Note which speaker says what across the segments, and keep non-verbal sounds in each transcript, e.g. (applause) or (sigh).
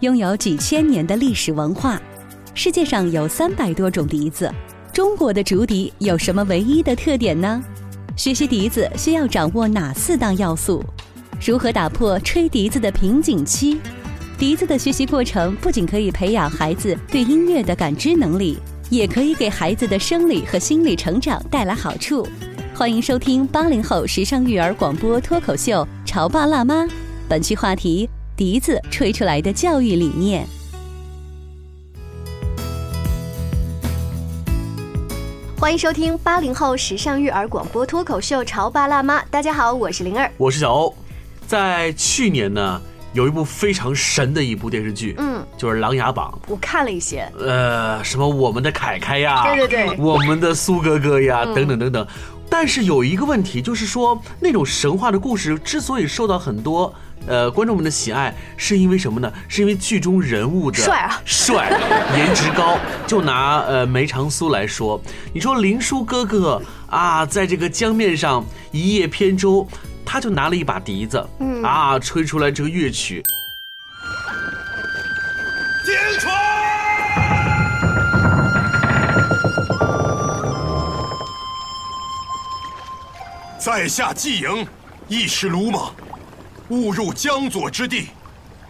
Speaker 1: 拥有几千年的历史文化。世界上有三百多种笛子，中国的竹笛有什么唯一的特点呢？学习笛子需要掌握哪四大要素？如何打破吹笛子的瓶颈期？笛子的学习过程不仅可以培养孩子对音乐的感知能力，也可以给孩子的生理和心理成长带来好处。欢迎收听八零后时尚育儿广播脱口秀《潮爸辣妈》，本期话题：笛子吹出来的教育理念。
Speaker 2: 欢迎收听八零后时尚育儿广播脱口秀《潮爸辣妈》。大家好，我是灵儿。
Speaker 3: 我是小欧。在去年呢，有一部非常神的一部电视剧，
Speaker 2: 嗯，
Speaker 3: 就是《琅琊榜
Speaker 2: 我看了一些，》。
Speaker 3: 呃，什么我们的凯凯呀，
Speaker 2: 对对嗯对
Speaker 3: 我们的苏哥哥呀，等等等等。但是有一个问题，就是说那种神话的故事之所以受到很多呃观众们的喜爱，是因为什么呢？是因为剧中人物的
Speaker 2: 帅啊
Speaker 3: 帅，
Speaker 2: (laughs)
Speaker 3: 颜值高。就拿呃梅长苏来说，你说林叔哥哥啊，在这个江面上一叶扁舟，他就拿了一把笛子，
Speaker 2: 嗯
Speaker 3: 啊，吹出来这个乐曲，
Speaker 4: 在下季莹，一时鲁莽，误入江左之地，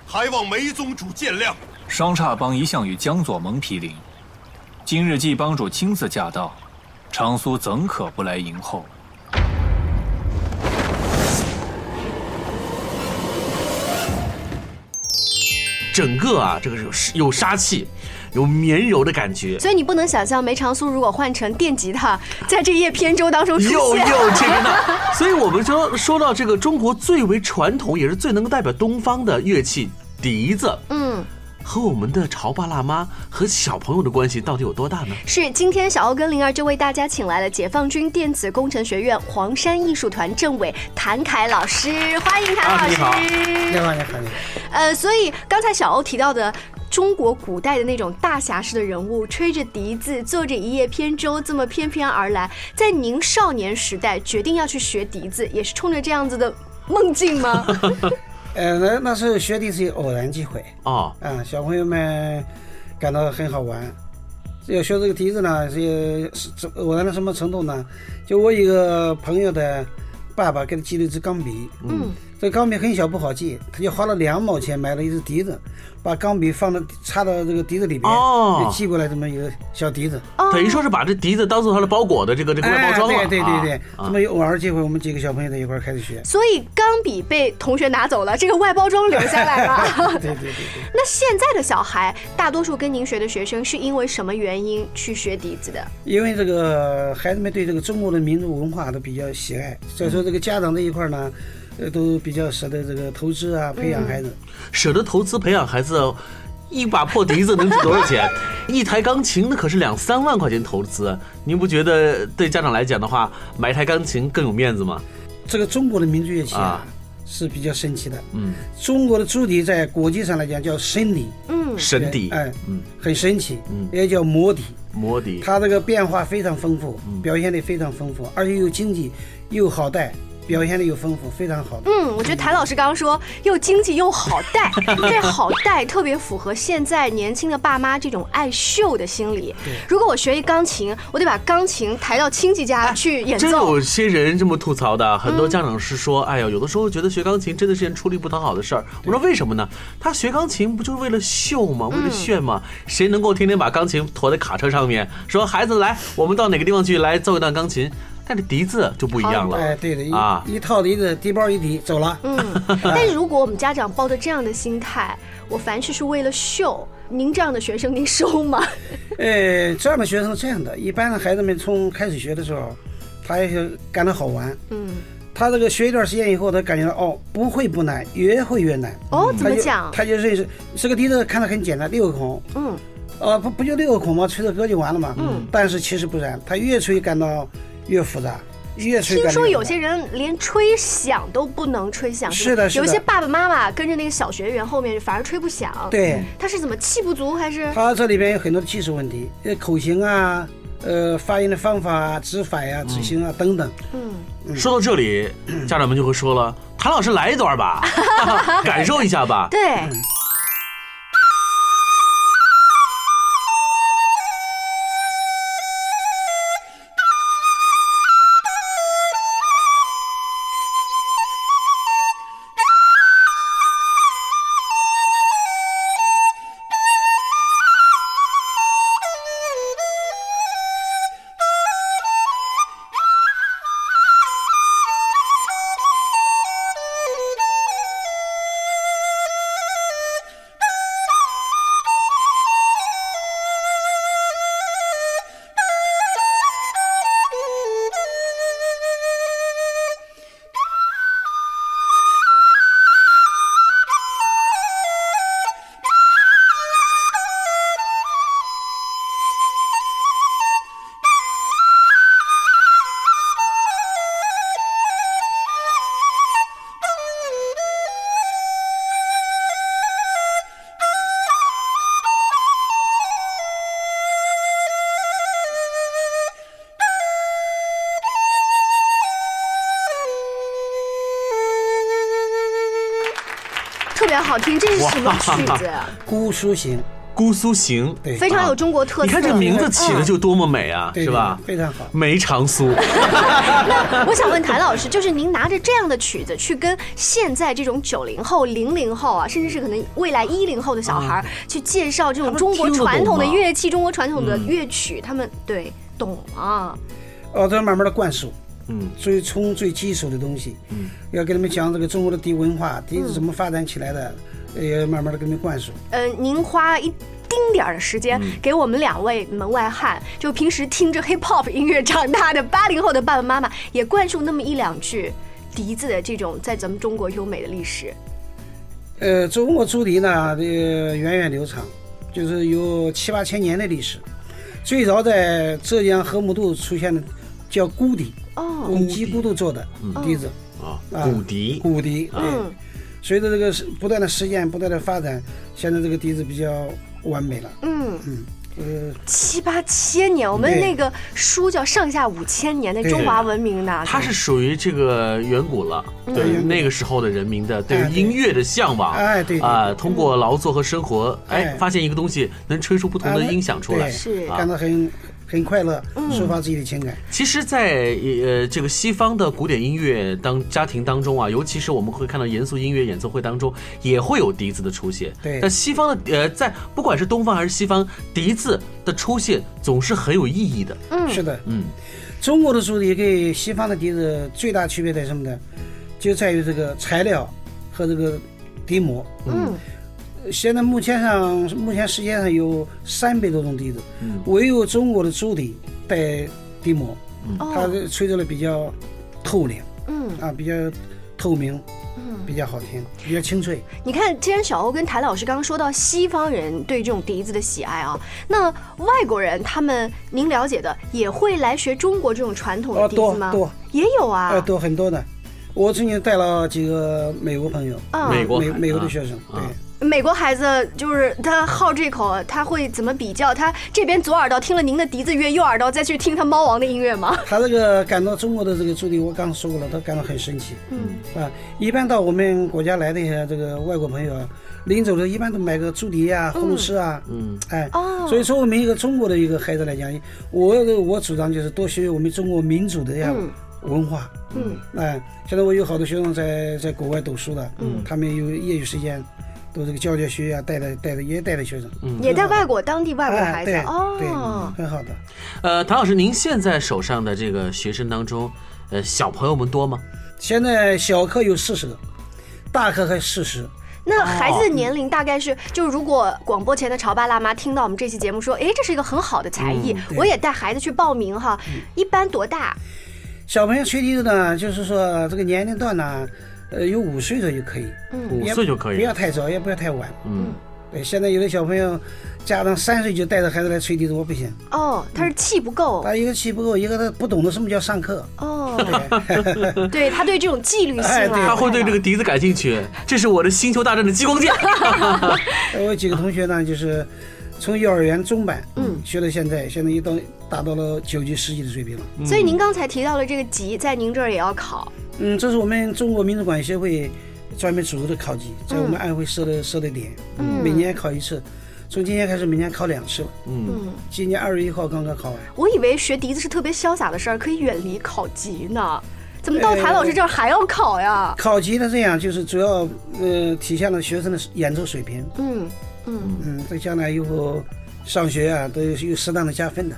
Speaker 4: 还望梅宗主见谅。
Speaker 5: 双叉帮一向与江左盟毗邻，今日既帮主亲自驾到，长苏怎可不来迎候？
Speaker 3: 整个啊，这个有有杀气，有绵柔的感觉。
Speaker 2: 所以你不能想象梅长苏如果换成电吉他，在这夜扁舟当中出
Speaker 3: 又
Speaker 2: 现。
Speaker 3: 又这个那，所以我们说说到这个中国最为传统，也是最能够代表东方的乐器笛子，
Speaker 2: 嗯，
Speaker 3: 和我们的潮爸辣妈和小朋友的关系到底有多大呢？
Speaker 2: 是今天小欧跟灵儿就为大家请来了解放军电子工程学院黄山艺术团政委谭凯老师，欢迎谭老师。
Speaker 3: 啊
Speaker 6: 你好，你好，你好。
Speaker 2: 呃，所以刚才小欧提到的。中国古代的那种大侠式的人物，吹着笛子，坐着一叶扁舟，这么翩翩而来，在您少年时代决定要去学笛子，也是冲着这样子的梦境吗？
Speaker 6: 呃，那那是学弟是偶然机会
Speaker 3: 哦，
Speaker 6: 啊，小朋友们感到很好玩。要学这个笛子呢，是是是偶然到什么程度呢？就我有一个朋友的爸爸给他寄了一支钢笔，
Speaker 2: 嗯，
Speaker 6: 这钢笔很小不好记，他就花了两毛钱买了一支笛子，把钢笔放到插到这个笛子里边，
Speaker 3: 哦啊
Speaker 6: 就寄过来这么一个小笛子。
Speaker 3: 等于说是把这笛子当做它的包裹的这个这个外包装了。
Speaker 6: 哦哎对对对对
Speaker 3: 啊，
Speaker 6: 这么有偶然机会，我们几个小朋友在一块儿开始学。
Speaker 2: 所以钢笔被同学拿走了，这个外包装留下来了。 (laughs)
Speaker 6: 对对对对。
Speaker 2: 那现在的小孩，大多数跟您学的学生是因为什么原因去学笛子的？
Speaker 6: 因为这个孩子们对这个中国的民族文化都比较喜爱，所以说这个家长这一块儿呢，呃，都比较舍得这个投资
Speaker 3: 嗯
Speaker 6: 啊，培养孩子。
Speaker 3: 舍得投资培养孩子，一把破笛子能值多少钱？一台钢琴那可是两三万块钱投资，您不觉得对家长来讲的话，买一台钢琴更有面子吗？
Speaker 6: 这个中国的民族乐器啊
Speaker 3: 啊
Speaker 6: 是比较神奇的。
Speaker 3: 嗯，
Speaker 6: 中国的竹笛在国际上来讲叫笙笛，
Speaker 2: 嗯，
Speaker 3: 神笛，
Speaker 6: 哎，
Speaker 3: 嗯，
Speaker 6: 很神奇，
Speaker 3: 嗯
Speaker 6: 也叫魔笛。
Speaker 3: 魔笛，嗯
Speaker 6: 它这个变化非常丰富，表现力非常丰富，而且又经济又好带，表现的有丰富，非常好的。
Speaker 2: 嗯，我觉得谭老师刚刚说又经济又好
Speaker 6: (laughs)
Speaker 2: 带，这好带特别符合现在年轻的爸妈这种爱秀的心理。如果我学一钢琴，我得把钢琴抬到亲戚家去演
Speaker 6: 哎
Speaker 3: 真
Speaker 2: 奏。嗯
Speaker 3: 有些人这么吐槽的，很多家长是说：“哎呀，有的时候觉得学钢琴真的是件出力不讨好的事儿。”我说：“为什么呢？他学钢琴不就是为了秀吗？
Speaker 2: 嗯
Speaker 3: 为了炫吗？谁能够天天把钢琴驮在卡车上面，说孩子来，我们到哪个地方去来奏一段钢琴？但是笛子就不一样了。
Speaker 6: 哎，对的，一、
Speaker 3: 啊
Speaker 6: 一套的一个低包一提走了。
Speaker 2: 嗯，但如果我们家长抱着这样的心态，我凡事是为了秀，您这样的学生您收
Speaker 6: (laughs)
Speaker 2: 吗？
Speaker 6: 呃，这样的学生是这样的，一般的孩子们从开始学的时候，他也是感到好玩。
Speaker 2: 嗯，
Speaker 6: 他这个学一段时间以后，他感觉到哦，不会不难，越会越难。
Speaker 2: 哦
Speaker 6: 他
Speaker 2: 怎么
Speaker 6: 就
Speaker 2: 讲
Speaker 6: 他就认识这个笛子看着很简单，六个孔。
Speaker 2: 嗯，
Speaker 6: 呃，不不就六个孔吗？吹着歌就完了嘛。
Speaker 2: 嗯
Speaker 6: 但是其实不然，他越吹感到越复杂，越吹感
Speaker 2: 听
Speaker 6: 到
Speaker 2: 说
Speaker 6: 越
Speaker 2: 有
Speaker 6: 复杂
Speaker 2: 些人连吹响都不能吹响，
Speaker 6: 是的是
Speaker 2: 有
Speaker 6: 的
Speaker 2: 一些爸爸妈妈跟着那个小学员后面反而吹不响。
Speaker 6: 对
Speaker 2: 他是怎么气不足还是？
Speaker 6: 它这里边有很多技术问题，呃，口型啊，呃，发音的方法啊、指法呀、指型啊等等。
Speaker 2: 嗯，
Speaker 3: 说到这里，家长们就会说
Speaker 2: (laughs)
Speaker 3: 了：“谭老师来一段吧， (laughs) 感受一下吧。”
Speaker 2: 对，特别好听，这是什么曲
Speaker 3: (laughs)
Speaker 2: 子？
Speaker 6: 姑苏行，
Speaker 3: 姑苏行，
Speaker 6: 对
Speaker 2: 非常有中国特色。
Speaker 3: 你看这名字起的就多么美啊，
Speaker 6: 对
Speaker 3: 是吧？
Speaker 6: 非常好。
Speaker 3: 梅长
Speaker 6: (laughs)
Speaker 3: 苏，啊
Speaker 2: 嗯。我想问谭老师，就是您拿着这样的曲子去跟现在这种九零后、零零后啊，甚至是可能未来一零后的小孩
Speaker 3: 嗯
Speaker 2: 儿去介绍这种中国
Speaker 3: 听得懂
Speaker 2: 传统的
Speaker 3: 吗
Speaker 2: 乐器、中国传统的乐曲，他们对懂啊？
Speaker 6: 哦，这慢慢的灌输，
Speaker 3: 嗯，
Speaker 6: 最从最基础的东西，嗯，要给他们讲这个中国的笛文化，笛子怎么发展起来的，呃也慢慢的给他们灌输。
Speaker 2: 呃，您花一丁点儿的时
Speaker 3: 嗯
Speaker 2: 间给我们两位门外汉，就平时听着 hip hop 音乐长大的八零后的爸爸妈妈，也灌输那么一两句笛子的这种在咱们中国优美的历史。
Speaker 6: 呃，中国竹笛呢，这个源远流长，就是有七八千年的历史。最早在浙江河姆渡出现的叫孤笛，
Speaker 2: 哦，
Speaker 6: 用鸡骨头做的笛子，
Speaker 3: 啊，
Speaker 6: 啊
Speaker 3: 骨笛，
Speaker 6: 骨笛。对，
Speaker 2: 嗯，
Speaker 6: 随着这个是不断的实践、不断的发展，现在这个笛子比较完美了。
Speaker 2: 嗯，
Speaker 6: 呃，
Speaker 2: 七八千年，我们
Speaker 6: 对
Speaker 2: 那个书叫《上下五千年的中华文明》呢，
Speaker 3: 它是属于这个远古了，
Speaker 6: 嗯
Speaker 3: 对于那个时候的人民的对于音乐的向往，
Speaker 6: 哎对对
Speaker 3: 啊，通过劳作和生活，哎
Speaker 6: 哎，
Speaker 3: 发现一个东西能吹出不同的音响出来
Speaker 6: 啊
Speaker 3: 啊
Speaker 6: 对。
Speaker 2: 是嗯
Speaker 6: 感到很很快乐，抒发自己的情感。
Speaker 3: 其实在，呃这个西方的古典音乐当家庭当中啊，尤其是我们会看到严肃音乐演奏会当中，也会有笛子的出现。
Speaker 6: 对
Speaker 3: 但西方的呃，在不管是东方还是西方，笛子的出现总是很有意义的。
Speaker 6: 是的，
Speaker 3: 嗯，
Speaker 6: 中国的竹笛跟西方的笛子最大区别在什么呢？就在于这个材料和这个笛模。
Speaker 2: 嗯，
Speaker 6: 现在目前上，目前世界上有三百多种笛子，
Speaker 2: 嗯
Speaker 6: 唯有中国的竹笛带笛模，它
Speaker 2: 哦，
Speaker 6: 的吹奏的比较透亮。
Speaker 2: 嗯。
Speaker 6: 啊，比较透明，嗯，比较好听，比较清脆。
Speaker 2: 你看，既然小欧跟谭老师刚刚说到西方人对这种笛子的喜爱啊，那外国人他们您了解的也会来学中国这种传统的
Speaker 6: 哦
Speaker 2: 笛
Speaker 6: 多
Speaker 2: 子吗？
Speaker 6: 多
Speaker 2: 也有啊。
Speaker 6: 啊，都很多的。我曾经带了几个美国朋友，
Speaker 2: 嗯
Speaker 3: 美国
Speaker 6: 美美国的
Speaker 3: 啊
Speaker 6: 学生，
Speaker 3: 啊
Speaker 6: 对，
Speaker 2: 美国孩子就是他好这口，他会怎么比较？他这边左耳朵听了您的笛子乐，右耳朵再去听他猫王的音乐吗？
Speaker 6: 他这个感到中国的这个助理，我刚刚说过了，他感到很生气。
Speaker 2: 嗯
Speaker 6: 啊，一般到我们国家来的一些这个外国朋友啊，临走的一般都买个猪蹄啊、红丝啊，
Speaker 3: 嗯，
Speaker 6: 哎，
Speaker 2: 哦
Speaker 6: 所以说我们一个中国的一个孩子来讲，我我主张就是多学学我们中国民族的呀
Speaker 2: 嗯
Speaker 6: 文化。
Speaker 2: 嗯
Speaker 6: 哎，现在我有好多学生在在国外读书的，
Speaker 2: 嗯
Speaker 6: 他们有业余时间，都这个教教学啊，带的带的也带的学生，
Speaker 3: 嗯
Speaker 2: 也在外国当地外国
Speaker 6: 哎
Speaker 2: 孩子
Speaker 6: 对对
Speaker 2: 哦，，
Speaker 6: 很好的。
Speaker 3: 呃，唐老师，您现在手上的这个学生当中，呃，小朋友们多吗？
Speaker 6: 现在小课有四十个，大课还四十。
Speaker 2: 那孩子的年龄大概是，就如果广播前的潮爸辣妈听到我们这期节目说，诶，这是一个很好的才艺，
Speaker 6: 嗯对嗯
Speaker 2: 我也带孩子去报名哈。一般多大？
Speaker 6: 小朋友学笛子呢，就是说这个年龄段呢，呃，有五岁的就可以，
Speaker 2: 嗯
Speaker 3: 五
Speaker 6: 也
Speaker 3: 岁就可以
Speaker 6: 不要太早，也不要太晚。
Speaker 3: 嗯，
Speaker 6: 对，现在有的小朋友家长三岁就带着孩子来吹笛子，我不行。
Speaker 2: 哦，他是气不够
Speaker 6: 他一个气不够，一个他不懂得什么叫上课。
Speaker 2: 哦， (laughs) 对他对这种纪律性
Speaker 6: 嗯哎
Speaker 2: 啊，
Speaker 6: 对
Speaker 3: 他会对这个笛子感兴趣。这是我的《星球大战》的激
Speaker 6: (laughs)
Speaker 3: 光剑。
Speaker 6: 我有几个同学呢，就是从幼儿园中班，
Speaker 2: 嗯，
Speaker 6: 学到现在，现在一到达到了九级、十级的水平了。
Speaker 2: 所以您刚才提到了这个级，在您这儿也要考。
Speaker 6: 嗯，这是我们中国民族管协会专门组织的考级，在我们安徽设的设的点，
Speaker 2: 嗯
Speaker 6: 每年考一次，从今年开始每年考两次了。
Speaker 3: 嗯，
Speaker 2: 嗯，
Speaker 6: 今年二月一号刚刚考完。
Speaker 2: 我以为学笛子是特别潇洒的事儿，可以远离考级呢。怎么到谭
Speaker 6: 呃
Speaker 2: 老师这儿还要考呀？
Speaker 6: 考级呢，这样就是主要呃体现了学生的演奏水平，
Speaker 2: 嗯嗯，
Speaker 6: 嗯，对将来以后上学啊都有有适当的加分的。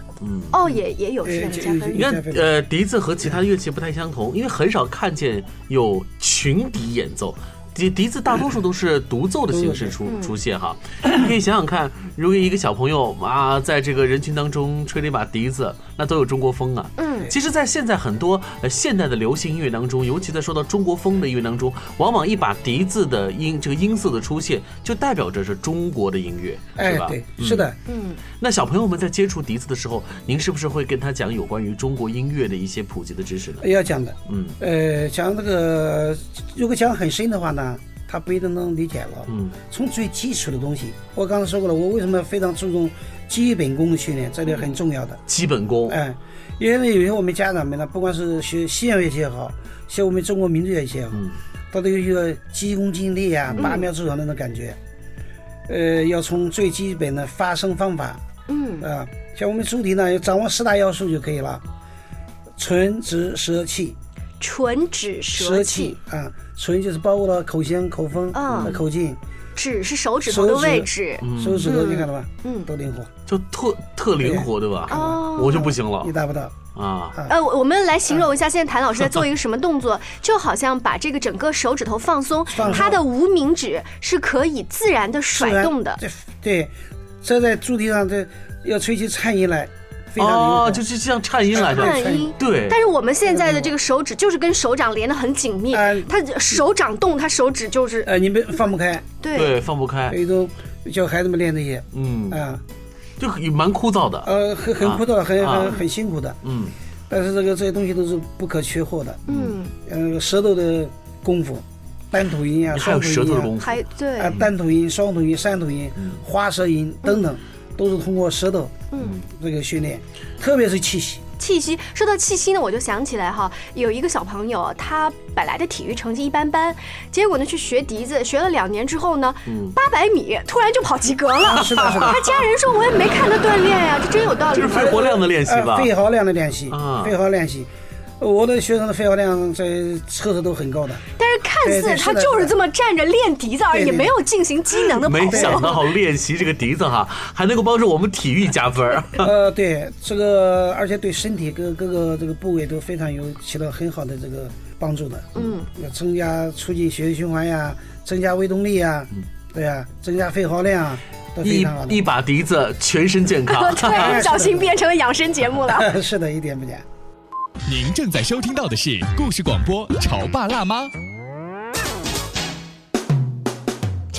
Speaker 2: 哦，也也有是
Speaker 6: 对
Speaker 2: 的
Speaker 6: 这
Speaker 2: 加分
Speaker 6: 这
Speaker 3: 你看，呃，笛子和其他乐器不太相同，因为很少看见有群笛演奏。笛笛子大多数都是独奏的形式出
Speaker 6: 嗯
Speaker 3: 出现哈，你可以想想看，如果一个小朋友啊，在这个人群当中吹了一把笛子，那都有中国风啊。
Speaker 2: 嗯
Speaker 3: 其实，在现在很多呃现代的流行音乐当中，尤其在说到中国风的音乐当中，往往一把笛子的音这个音色的出现，就代表着是中国的音乐，
Speaker 6: 哎
Speaker 3: 是吧？，
Speaker 6: 对，
Speaker 3: 嗯
Speaker 6: 是的，
Speaker 2: 嗯
Speaker 3: 那小朋友们在接触笛子的时候，您是不是会跟他讲有关于中国音乐的一些普及的知识呢？
Speaker 6: 要讲的。
Speaker 3: 嗯
Speaker 6: 呃，讲这个，如果讲很深的话呢，他不一定能理解了。
Speaker 3: 嗯
Speaker 6: 从最基础的东西，我刚才说过了，我为什么非常注重基本功的训练，这点很重要的。
Speaker 3: 基本功，
Speaker 6: 哎，因为有些我们家长们呢，不管是学西洋乐器也好，学我们中国民族乐器也好，
Speaker 3: 嗯
Speaker 6: 他都有一个急功近利啊、拔苗助长那种感觉。呃，要从最基本的发声方法
Speaker 2: 嗯
Speaker 6: 啊，像我们出题呢，要掌握四大要素就可以了：唇、直、舌、气。
Speaker 2: 唇指
Speaker 6: 舌
Speaker 2: 舌
Speaker 6: 气
Speaker 2: 气，
Speaker 6: 啊，唇就是包括了口型、口风、呃
Speaker 2: 嗯
Speaker 6: 和口径、
Speaker 2: 指是手指头的位置。
Speaker 6: 手指头，你看到吧？
Speaker 2: 嗯
Speaker 6: 都灵活，
Speaker 3: 就特特灵活，对
Speaker 6: 哎
Speaker 3: 吧？
Speaker 2: 哦，
Speaker 3: 我就不行了
Speaker 6: 你达不到。
Speaker 3: 啊！
Speaker 2: 呃，我我们来形容一下，现在谭老师在做一个什么动作？就好像把这个整个手指头放松，
Speaker 6: 嗯放松
Speaker 2: 他的无名指是可以自然的
Speaker 6: 自
Speaker 2: 甩
Speaker 6: 然
Speaker 2: 动的。
Speaker 6: 这对，这在驻地上这要吹起颤音来，非常灵活。
Speaker 3: 哦，就是像颤音来着。
Speaker 2: 颤音。
Speaker 3: 对，
Speaker 2: 但是我们现在的这个手指就是跟手掌连得很紧密
Speaker 6: 嗯，
Speaker 2: 他手掌动，他手指就是
Speaker 6: 呃，你们放不开，
Speaker 2: 对。
Speaker 3: 对放不开
Speaker 6: 有，一种教孩子们练这些
Speaker 3: 哎嗯，啊
Speaker 6: 啊，
Speaker 3: 就很蛮枯燥的。
Speaker 6: 呃，很很枯燥，很很很辛苦的。
Speaker 3: 嗯，
Speaker 6: 但是这个这些东西都是不可缺货的。
Speaker 2: 嗯，
Speaker 6: 呃，舌头的功夫，单吐音啊，
Speaker 3: 你还有舌头的
Speaker 6: 双吐音啊
Speaker 3: 功夫，
Speaker 2: 还对
Speaker 6: 啊，单吐音、双吐音、三吐音、
Speaker 3: 嗯
Speaker 6: 花舌音等等，都是通过舌头
Speaker 2: 嗯
Speaker 6: 这个训练，特别是气息。
Speaker 2: 气息，说到气息呢，我就想起来哈，有一个小朋友，他本来的体育成绩一般般，结果呢去学笛子，学了两年之后呢，八百米突然就跑及格了。
Speaker 6: 嗯 (laughs) 是的是的
Speaker 2: 他家人说我也没看他锻炼呀、这真有道理
Speaker 3: 这是
Speaker 2: 吗。
Speaker 3: 肺活量的练习吧
Speaker 6: 呃？肺活量的练习
Speaker 3: 啊，
Speaker 6: 肺活量练习。我的学生的肺活量在测试都
Speaker 3: (laughs)
Speaker 6: 很高的，
Speaker 2: 但是看
Speaker 6: 对
Speaker 2: 似
Speaker 6: 对
Speaker 2: 他
Speaker 6: 是的
Speaker 2: 就是
Speaker 6: 是的
Speaker 2: 这么站着练笛子而已，
Speaker 6: 对对
Speaker 2: 没有进行机能的跑
Speaker 3: (laughs) 没
Speaker 2: 步。
Speaker 3: 想到练习这个笛子哈，还能够帮助我们体育加分
Speaker 2: (laughs)
Speaker 3: 儿。
Speaker 6: 呃，对这个，而且对身体各各个这个部位都非常有起到很好的这个帮助的。 (laughs)
Speaker 2: 嗯，。
Speaker 6: 增加促进血液循环呀，增加微动力呀，对呀，增加肺活量啊，都非
Speaker 3: 嗯一
Speaker 6: 常好
Speaker 3: 一
Speaker 6: 的。
Speaker 3: 把笛子，全身健康
Speaker 2: (laughs) 对，小心变成了养生节目了。
Speaker 6: (laughs) 是的，一点不假。
Speaker 7: 您正在收听到的是故事广播《潮爸辣妈》。
Speaker 8: 《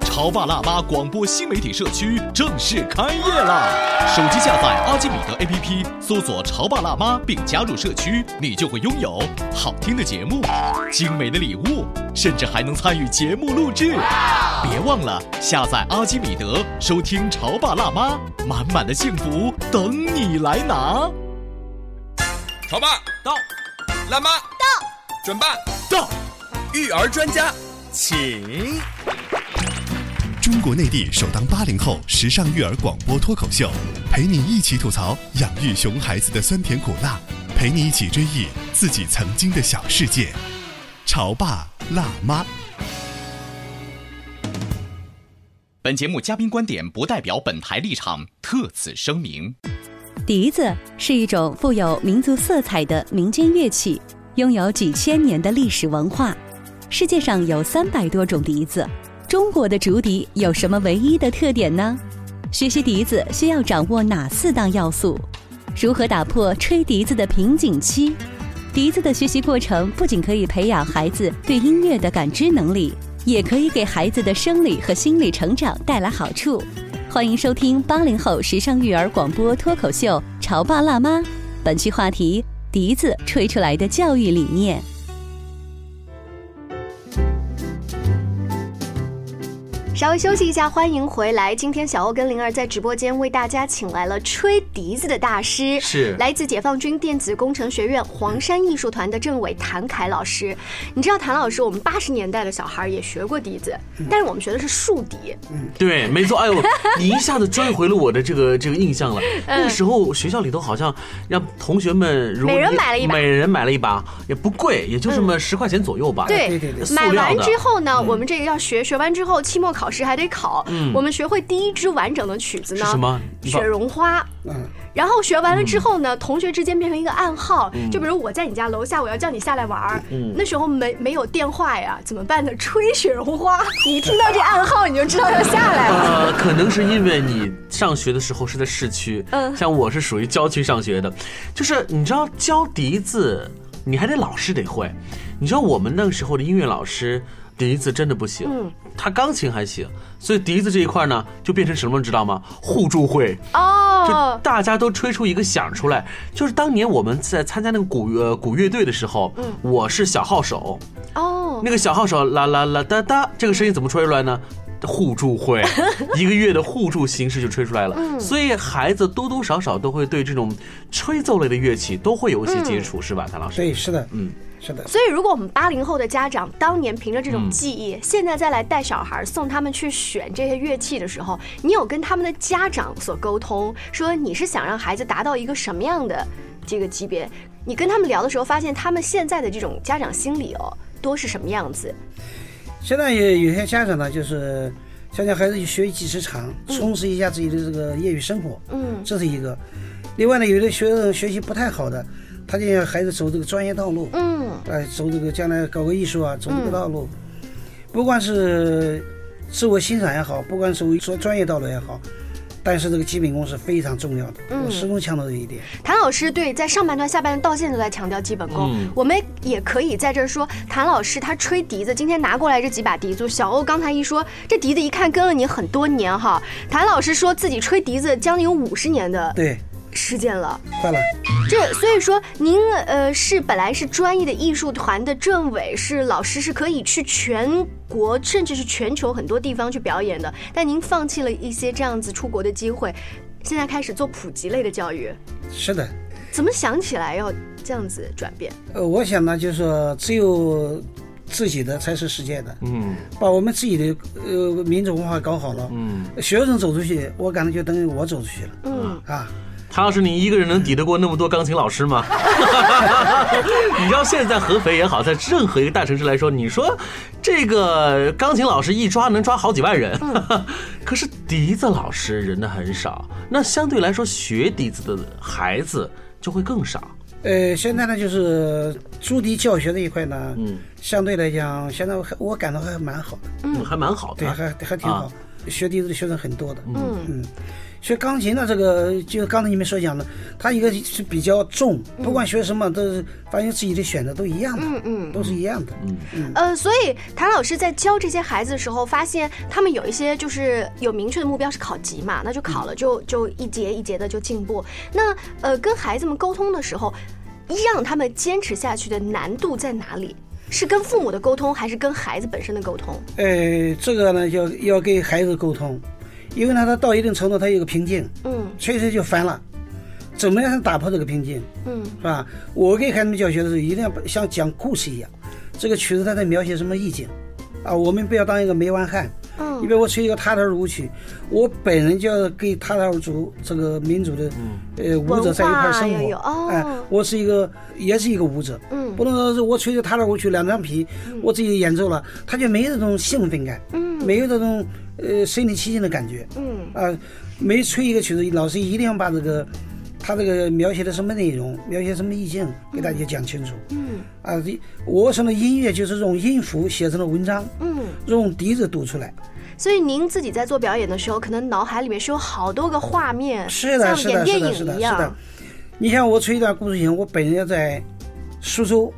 Speaker 7: 潮爸辣妈广播新媒体社区正式开业啦！手机下载阿基米德 APP，搜索“潮爸辣妈”并加入社区，你就会拥有好听的节目、精美的礼物，甚至还能参与节目录制。别忘了下载阿基米德，收听“潮爸辣妈”，满满的幸福等你来拿。
Speaker 9: 潮爸到，辣妈到，准爸到，育儿专家，请。
Speaker 10: 中国内地首档八零后时尚育儿广播脱口秀，陪你一起吐槽养育熊孩子的酸甜苦辣，陪你一起追忆自己曾经的小世界。潮爸辣妈，
Speaker 7: 本节目嘉宾观点不代表本台立场，特此声明。
Speaker 1: 笛子是一种富有民族色彩的民间乐器，拥有几千年的历史文化。世界上有三百多种笛子，中国的竹笛有什么唯一的特点呢？学习笛子需要掌握哪四大要素？如何打破吹笛子的瓶颈期？笛子的学习过程不仅可以培养孩子对音乐的感知能力，也可以给孩子的生理和心理成长带来好处。欢迎收听八零后时尚育儿广播脱口秀《潮爸辣妈》，本期话题：笛子吹出来的教育理念。
Speaker 2: 稍微休息一下，欢迎回来。今天小欧跟灵儿在直播间为大家请来了吹笛子的大师，
Speaker 3: 是
Speaker 2: 来自解放军电子工程学院黄山艺术团的政委谭凯老师。你知道谭老师，我们八十年代的小孩儿也学过笛子，但是我们学的是竖笛。
Speaker 3: (laughs) 对，没错。哎呦，你一下子拽回了我的这个这个印象了。
Speaker 2: 嗯
Speaker 3: 那个时候学校里头好像让同学们如果
Speaker 2: 每人
Speaker 3: 你
Speaker 2: 买了一把嗯
Speaker 3: 每人买了一把，也不贵，也就这么十块钱左右吧。塑
Speaker 2: 买
Speaker 3: 料
Speaker 2: 完
Speaker 3: 的
Speaker 2: 之后呢，我们这个要学，学完之后期末考试还得考。
Speaker 3: 嗯
Speaker 2: 我们学会第一支完整的曲子呢，
Speaker 3: 是什么你把
Speaker 2: 雪绒花。
Speaker 6: 嗯，
Speaker 2: 然后学完了之后呢，同学之间变成一个暗号，
Speaker 3: 嗯
Speaker 2: 就比如我在你家楼下，我要叫你下来玩儿。
Speaker 3: 嗯
Speaker 2: 那时候没没有电话呀，怎么办呢？吹雪绒花，你一听到这暗号，你就知道要下
Speaker 3: (laughs)
Speaker 2: 来了。
Speaker 3: 呃，可能是因为你上学的时候是在市区，
Speaker 2: 嗯
Speaker 3: 像我是属于郊区上学的，就是你知道教笛子，你还得老师得会，你知道我们那个时候的音乐老师。笛子真的不行，
Speaker 2: 嗯
Speaker 3: 他钢琴还行，所以笛子这一块呢，就变成什么，你知道吗？互助会，
Speaker 2: 哦，
Speaker 3: 大家都吹出一个响出来。就是当年我们在参加那个鼓呃鼓乐队的时候，
Speaker 2: 嗯
Speaker 3: 我是小号手，
Speaker 2: 哦，
Speaker 3: 那个小号手啦啦啦哒哒，这个声音怎么吹出来呢？互助会，一个月的互助形式就吹出来了。
Speaker 2: 嗯
Speaker 3: 所以孩子多多少少都会对这种吹奏类的乐器都会有一些接触，是吧，谭老师？
Speaker 6: 对，是的，
Speaker 3: 嗯，
Speaker 6: 是的。
Speaker 2: 所以，如果我们八零后的家长当年凭着这种
Speaker 3: 嗯
Speaker 2: 记忆，现在再来带小孩儿送他们去选这些乐器的时候，你有跟他们的家长所沟通，说你是想让孩子达到一个什么样的这个级别？你跟他们聊的时候，发现他们现在的这种家长心理哦，多是什么样子？
Speaker 6: 现在也有些家长呢，就是想让孩子去学几时长，充实一下自己的这个业余生活，
Speaker 2: 嗯
Speaker 6: 这是一个。另外呢，有的学生学习不太好的，他就让孩子走这个专业道路，
Speaker 2: 嗯，
Speaker 6: 哎，走这个将来搞个艺术啊，走这
Speaker 2: 嗯
Speaker 6: 个道路，不管是自我欣赏也好，不管是说专业道路也好，但是这个基本功是非常重要的，
Speaker 2: 嗯
Speaker 6: 我始终强调这一点。
Speaker 2: 谭老师对在上半段、下半段到现在都在强调基本功，
Speaker 6: 嗯
Speaker 2: 我们也可以在这儿说，谭老师他吹笛子，今天拿过来这几把笛子，小欧刚才一说，这笛子一看跟了你很多年哈。谭老师说自己吹笛子将近有五十年的
Speaker 6: 对，
Speaker 2: 时间了，
Speaker 6: 快了。
Speaker 2: 这所以说您呃是本来是专业的艺术团的政委，是老师，是可以去全国甚至是全球很多地方去表演的，但您放弃了一些这样子出国的机会，现在开始做普及类的教育。
Speaker 6: 是的，
Speaker 2: 怎么想起来要这样子转变？
Speaker 6: 呃，我想呢，就是说只有自己的才是世界的，
Speaker 3: 嗯
Speaker 6: 把我们自己的呃民族文化搞好了，
Speaker 3: 嗯，
Speaker 6: 学生走出去，我感觉就等于我走出去了。
Speaker 2: 嗯
Speaker 6: 啊，
Speaker 3: 谭老师，你一个人能抵得过那么多钢琴老师吗？ (laughs) 你知道现在合肥也好，在任何一个大城市来说，你说这个钢琴老师一抓能抓好几万人， (laughs) 可是笛子老师人呢很少，那相对来说学笛子的孩子就会更少。
Speaker 6: 呃，现在呢，就是朱迪教学这一块呢，
Speaker 3: 嗯，
Speaker 6: 相对来讲，现在我还我感到还蛮好的，
Speaker 3: 嗯，还蛮好的，
Speaker 6: 对，还还挺好。
Speaker 3: 啊
Speaker 6: 学笛子的学生很多的。
Speaker 3: 嗯
Speaker 6: 嗯，学钢琴的这个，就刚才你们所讲的，它一个是比较重，不管学什么都是，发现自己的选择都一样的，
Speaker 2: 嗯嗯，
Speaker 6: 都是一样的。
Speaker 3: 嗯
Speaker 6: 嗯，
Speaker 2: 呃，所以谭老师在教这些孩子的时候，发现他们有一些就是有明确的目标是考级嘛，那就考了就就一节一节的就进步。那呃，跟孩子们沟通的时候，让他们坚持下去的难度在哪里？是跟父母的沟通，还是跟孩子本身的沟通？
Speaker 6: 呃，这个呢，要要跟孩子沟通，因为呢，他到一定程度，他有个瓶颈，
Speaker 2: 嗯
Speaker 6: 随时就烦了，怎么样才能打破这个瓶颈？
Speaker 2: 嗯
Speaker 6: 是吧？我给孩子们教学的时候，一定要像讲故事一样，这个曲子它在描写什么意境，啊，我们不要当一个梅湾汉。
Speaker 2: 嗯
Speaker 6: 你比如我吹一个塔塔尔舞曲，我本人就要跟塔塔尔族这个民族的、呃舞者在一块儿生
Speaker 2: 文化也
Speaker 6: 活，
Speaker 2: 有哦
Speaker 6: 哎，我是一个也是一个舞者，
Speaker 2: 嗯
Speaker 6: 不能说是我吹着塔塔尔舞曲两张皮，
Speaker 2: 嗯
Speaker 6: 我自己演奏了，他就没有这种兴奋感，
Speaker 2: 嗯
Speaker 6: 没有这种呃身临其境的感觉，
Speaker 2: 嗯
Speaker 6: 啊、每吹一个曲子，老师一定要把这个他这个描写的什么内容，描写什么意境，给大家讲清楚。
Speaker 2: 嗯
Speaker 6: 啊，这我什么音乐就是用音符写成了文章，
Speaker 2: 嗯。
Speaker 6: 用笛子读出来。
Speaker 2: 所以您自己在做表演的时候，可能脑海里面是有好多个画面，
Speaker 6: 是的，是
Speaker 2: 像演电
Speaker 6: 的，是的，是
Speaker 2: 影
Speaker 6: 的，
Speaker 2: 一
Speaker 6: 是的
Speaker 2: 样。。
Speaker 6: 你像我吹一段故事情，我本人要在苏州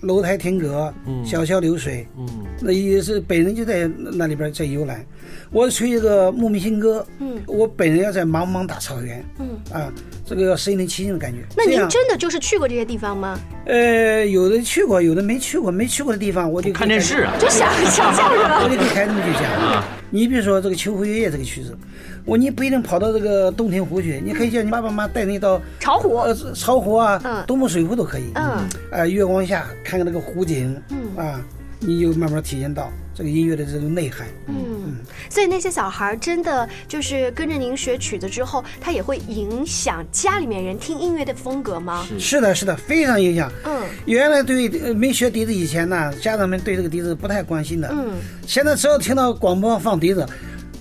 Speaker 6: 楼台亭阁、小桥流水，
Speaker 3: 嗯，
Speaker 6: 那也是本人就在那里边在游览。我吹一个《牧民新歌》，
Speaker 2: 嗯，
Speaker 6: 我本人要在茫茫大草原，
Speaker 2: 嗯
Speaker 6: 啊，这个要身临其境的感觉。
Speaker 2: 那
Speaker 6: 这
Speaker 2: 您
Speaker 6: 样
Speaker 2: 真的就是去过这些地方吗？
Speaker 6: 呃，有的去过，有的没去过，没去过的地方我就
Speaker 3: 看电视啊啊就
Speaker 2: 想想象是吧
Speaker 6: 我就给孩子们去讲。你比如说这个《秋湖月夜》这个曲子，我你不一定跑到这个洞庭湖去，你可以叫你爸爸妈妈带你到
Speaker 2: 巢湖，
Speaker 6: 呃，巢湖啊，独木水湖都可以。
Speaker 2: 嗯，
Speaker 6: 啊，月光下看看那个湖景，啊，你就慢慢体验到这个音乐的这种内涵。
Speaker 2: 嗯，所以那些小孩儿真的就是跟着您学曲子之后，他也会影响家里面人听音乐的风格吗？
Speaker 6: 是的，是的，非常影响。
Speaker 2: 嗯
Speaker 6: 原来对呃没学笛子以前呢，家长们对这个笛子不太关心的。
Speaker 2: 嗯，
Speaker 6: 现在只要听到广播放笛子，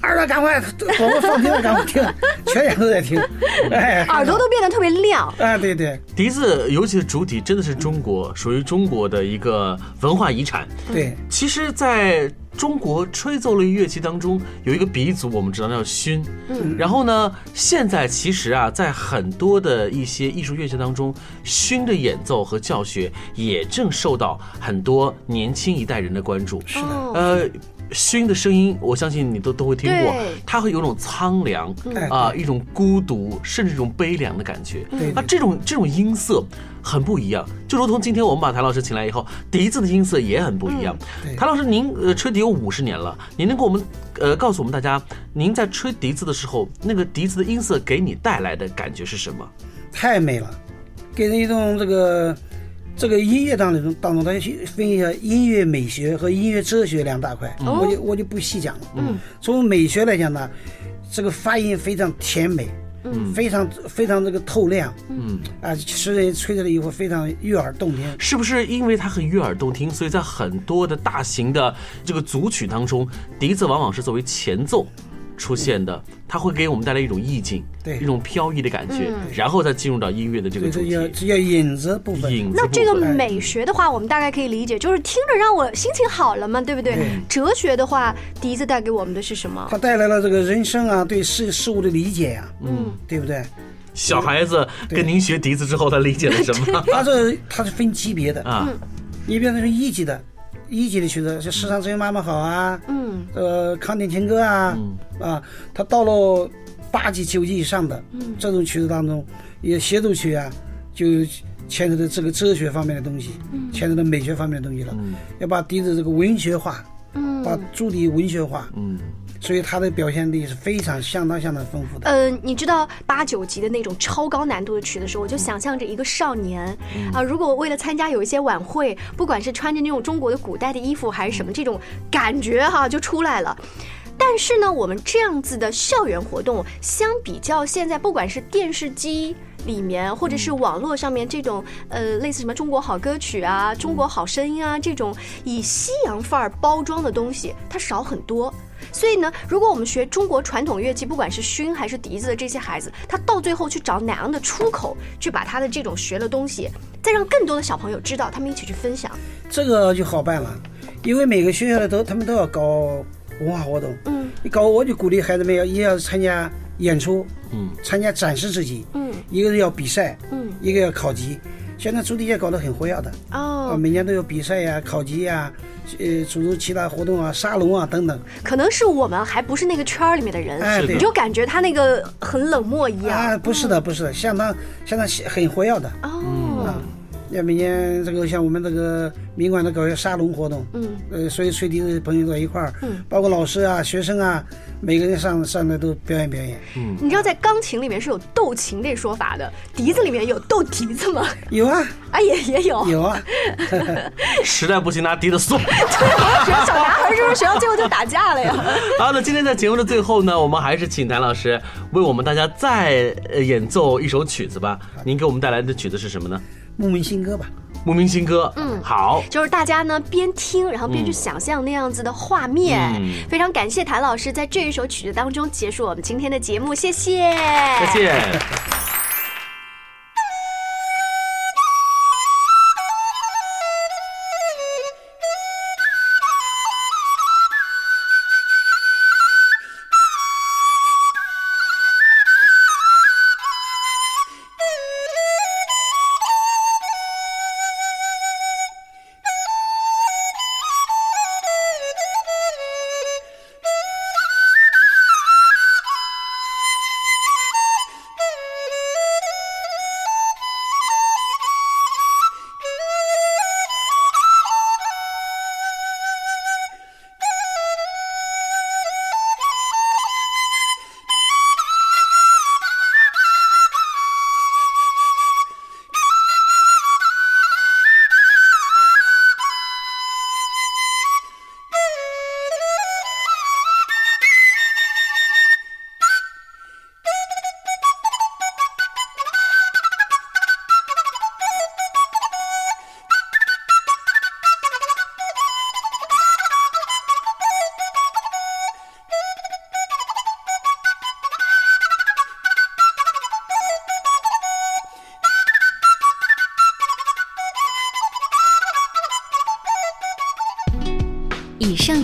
Speaker 6: 儿子赶快广播放笛子，赶
Speaker 3: (laughs)
Speaker 6: 快听，全家都在听，哎，
Speaker 2: 耳朵都变得特别亮。
Speaker 6: 啊，对对，
Speaker 3: 笛子，尤其是竹笛，真的是中国属于中国的一个文化遗产。
Speaker 6: 对，
Speaker 3: 其实，在中国吹奏类乐器当中，有一个鼻祖，我们知道那叫埙。
Speaker 9: 嗯
Speaker 3: 然后呢，现在其实啊，在很多的一些艺术乐器当中，埙的演奏和教学也正受到很多年轻一代人的关注。是
Speaker 2: 的哦
Speaker 3: 呃。埙的声音，我相信你都都会听过
Speaker 2: 对，
Speaker 3: 它会有一种苍凉
Speaker 2: 嗯
Speaker 3: 啊、一种孤独，甚至一种悲凉的感觉。
Speaker 2: 对
Speaker 3: 那这种这种音色很不一样，就如同今天我们把谭老师请来以后，笛子的音色也很不一样。
Speaker 2: 嗯
Speaker 3: 谭老师，您呃吹笛有五十年了，您能给我们呃告诉我们大家，您在吹笛子的时候，那个笛子的音色给你带来的感觉是什么？
Speaker 6: 太美了，给人一种这个这个音乐当中当中，它分一下音乐美学和音乐哲学两大块，
Speaker 2: 哦
Speaker 6: 我就我就不细讲了。
Speaker 2: 嗯，
Speaker 6: 从美学来讲呢，这个发音非常甜美，
Speaker 2: 嗯
Speaker 6: 非常非常这个透亮，
Speaker 3: 嗯，
Speaker 6: 啊，使人吹出来以后非常悦耳动听。
Speaker 3: 是不是因为它很悦耳动听，所以在很多的大型的这个组曲当中，笛子往往是作为前奏出现的，它会给我们带来一种意境，
Speaker 6: 对
Speaker 3: 一种飘逸的感觉，
Speaker 2: 嗯
Speaker 3: 然后再进入到音乐的这个主
Speaker 6: 这
Speaker 3: 题。
Speaker 6: 叫这叫引子部分。
Speaker 3: 影子
Speaker 2: 那这个
Speaker 3: 部
Speaker 2: 嗯
Speaker 3: 分
Speaker 2: 美学的话，我们大概可以理解，就是听着让我心情好了嘛，对不对？
Speaker 6: 对
Speaker 2: 哲学的话，笛子带给我们的是什么
Speaker 6: 它？带来了这个人生啊，对事事物的理解呀、
Speaker 3: 嗯，
Speaker 6: 对不对？
Speaker 3: 小孩子跟您学笛子之后，他理解了什么？
Speaker 6: 它是它是分级别的
Speaker 3: (laughs) 啊嗯，
Speaker 6: 你比方说一级的，一级的曲子是《世上只有妈妈好》啊，
Speaker 2: 嗯，
Speaker 6: 呃，《康定情歌》啊，啊，它到了八级、九级以上的
Speaker 2: 嗯
Speaker 6: 这种曲子当中，也协奏曲啊，就牵扯到这个哲学方面的东西，
Speaker 2: 嗯
Speaker 6: 牵扯到美学方面的东西了，要把笛子这个文学化，
Speaker 2: 嗯
Speaker 6: 把朱笛文学化，
Speaker 3: 嗯，
Speaker 6: 所以它的表现力是非常相当相当丰富的。
Speaker 2: 呃，你知道八九级的那种超高难度的曲的时候，我就想象着一个少年啊、如果为了参加有一些晚会，不管是穿着那种中国的古代的衣服还是什么，这种感觉哈就出来了。但是呢，我们这样子的校园活动，相比较现在不管是电视机里面，或者是网络上面这种呃类似什么中国好歌曲啊、中国好声音啊这种以西洋范儿包装的东西，它少很多。所以呢，如果我们学中国传统乐器，不管是埙还是笛子的这些孩子，他到最后去找哪样的出口，去把他的这种学了东西，再让更多的小朋友知道，他们一起去分享。
Speaker 6: 这个就好办了，因为每个学校的都他们都要搞文化活动，
Speaker 2: 嗯，
Speaker 6: 你搞，我就鼓励孩子们要一定要参加演出，
Speaker 3: 嗯，
Speaker 6: 参加展示自己，
Speaker 2: 嗯，
Speaker 6: 一个是要比赛，
Speaker 2: 嗯，
Speaker 6: 一个要考级。现在足球界搞得很活跃的，
Speaker 2: 哦
Speaker 6: 啊，每年都有比赛呀、考级呀、呃，组织其他活动啊、沙龙啊等等。
Speaker 2: 可能是我们还不是那个圈儿里面的人，
Speaker 6: 哎对
Speaker 2: 你就感觉他那个很冷漠一样。
Speaker 3: 哎
Speaker 6: 啊，不是
Speaker 2: 嗯
Speaker 6: 的，不是的，相当相当很活跃的。
Speaker 2: 哦，
Speaker 3: 嗯
Speaker 6: 啊，那每年这个像我们这个民馆的搞一些沙龙活动，
Speaker 2: 嗯，
Speaker 6: 呃，所以吹笛子的朋友在一块儿，
Speaker 2: 嗯
Speaker 6: 包括老师啊、学生啊，每个人上上来都表演表演。
Speaker 3: 嗯，
Speaker 2: 你知道在钢琴里面是有斗琴这说法的，笛子里面有斗笛
Speaker 3: (laughs)
Speaker 2: 子吗？
Speaker 6: 有啊，
Speaker 2: 啊也也有。
Speaker 6: 有啊， (laughs)
Speaker 3: 实在不行拿笛子送。 (laughs)
Speaker 2: 对，我就觉得小男孩是不是学到最后就打架
Speaker 3: (laughs)
Speaker 2: 了呀？
Speaker 3: 好的，今天在节目的最后呢，我们还是请谭老师为我们大家再呃演奏一首曲子吧。您给我们带来的曲子是什么呢？
Speaker 6: 牧民新歌吧。
Speaker 3: 牧民新歌。
Speaker 2: 嗯
Speaker 3: 好，
Speaker 2: 就是大家呢边听，然后边去
Speaker 3: 嗯
Speaker 2: 想象那样子的画面。
Speaker 3: 嗯
Speaker 2: 非常感谢谭老师在这一首曲子当中结束我们今天的节目，谢谢，
Speaker 3: 再见。
Speaker 11: 以上